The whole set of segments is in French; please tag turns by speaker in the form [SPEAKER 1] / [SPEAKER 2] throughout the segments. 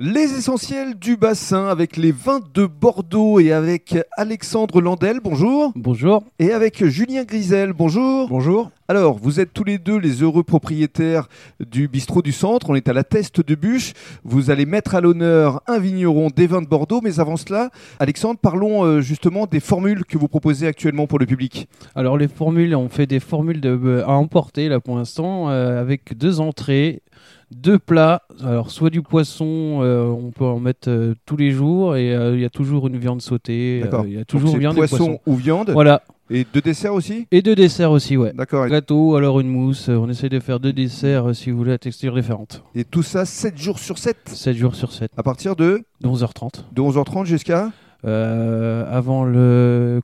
[SPEAKER 1] Les essentiels du bassin avec les vins de Bordeaux et avec Alexandre Landel, bonjour,
[SPEAKER 2] Bonjour.
[SPEAKER 1] et avec Julien Grisel, bonjour.
[SPEAKER 2] Bonjour.
[SPEAKER 1] Alors, vous êtes tous les deux les heureux propriétaires du bistrot du centre, on est à la teste de bûche, vous allez mettre à l'honneur un vigneron des vins de Bordeaux, mais avant cela, Alexandre, parlons euh, justement des formules que vous proposez actuellement pour le public.
[SPEAKER 2] Alors les formules, on fait des formules de, euh, à emporter là pour l'instant euh, avec deux entrées, deux plats. Alors soit du poisson, euh, on peut en mettre euh, tous les jours et euh, il y a toujours une viande sautée.
[SPEAKER 1] D'accord.
[SPEAKER 2] euh, Il y a
[SPEAKER 1] Donc,
[SPEAKER 2] toujours
[SPEAKER 1] c'est
[SPEAKER 2] viande
[SPEAKER 1] poisson
[SPEAKER 2] et poisson.
[SPEAKER 1] ou viande,
[SPEAKER 2] Voilà.
[SPEAKER 1] et deux desserts aussi
[SPEAKER 2] Et deux desserts aussi, ouais.
[SPEAKER 1] D'accord, et-
[SPEAKER 2] Gâteau, alors une mousse. euh, On essaie de faire deux desserts euh, si vous voulez à texture différente.
[SPEAKER 1] et tout ça 7 jours sur 7,
[SPEAKER 2] 7 jours sur 7,
[SPEAKER 1] à partir de,
[SPEAKER 2] de 11h30.
[SPEAKER 1] de 11h30 jusqu'à...
[SPEAKER 2] Euh, avant le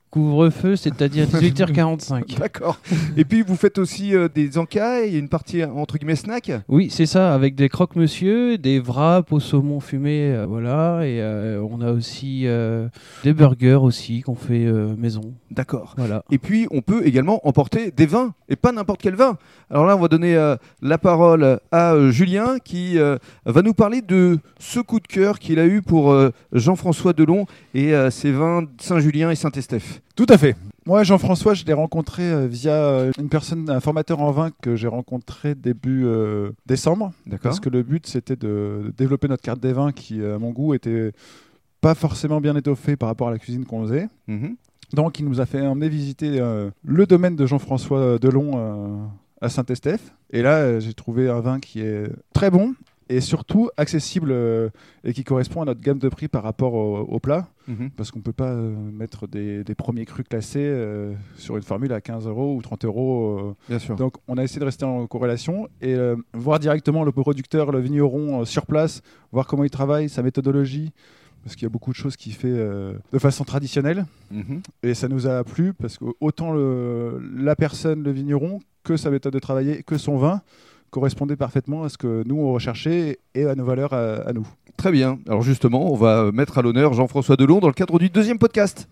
[SPEAKER 2] couvre-feu, c'est-à-dire 18h45.
[SPEAKER 1] D'accord. Et puis vous faites aussi euh, des encas et une partie euh, entre guillemets snack.
[SPEAKER 2] Oui, c'est ça, avec des croque-monsieur, des wraps au saumon fumé, euh, voilà, et euh, on a aussi euh, des burgers aussi qu'on fait euh, maison,
[SPEAKER 1] D'accord.
[SPEAKER 2] voilà.
[SPEAKER 1] Et puis on peut également emporter des vins et pas n'importe quel vin. Alors là, on va donner euh, la parole à euh, Julien qui euh, va nous parler de ce coup de cœur qu'il a eu pour euh, Jean-François Delon et euh, ses vins Saint-Julien et Saint-Estèphe.
[SPEAKER 3] Tout à fait. Moi, Jean-François, je l'ai rencontré euh, via euh, une personne, un formateur en vin que j'ai rencontré début euh, décembre.
[SPEAKER 1] D'accord.
[SPEAKER 3] Parce que le but, c'était de développer notre carte des vins qui, euh, à mon goût, était pas forcément bien étoffée par rapport à la cuisine qu'on faisait.
[SPEAKER 1] Mhm.
[SPEAKER 3] Donc, il nous a fait emmener visiter euh, le domaine de Jean-François Delon euh, à Saint-Estèphe. Et là, euh, j'ai trouvé un vin qui est très bon et surtout accessible euh, et qui correspond à notre gamme de prix par rapport au, au plat
[SPEAKER 1] Mhm.
[SPEAKER 3] parce qu'on ne peut pas euh, mettre des, des premiers crus classés euh, sur une formule à 15 euros ou 30 euros. euh.
[SPEAKER 1] Bien sûr.
[SPEAKER 3] Donc on a essayé de rester en corrélation et euh, voir directement le producteur, le vigneron euh, sur place, voir comment il travaille, sa méthodologie, parce qu'il y a beaucoup de choses qu'il fait euh, de façon traditionnelle.
[SPEAKER 1] Mhm.
[SPEAKER 3] Et ça nous a plu parce que autant le- la personne, le vigneron, que sa méthode de travailler, que son vin correspondait parfaitement à ce que nous on recherchait et à nos valeurs à- à nous.
[SPEAKER 1] Très bien. Alors justement, on va euh, mettre à l'honneur Jean-François Delon dans le cadre du deuxième podcast.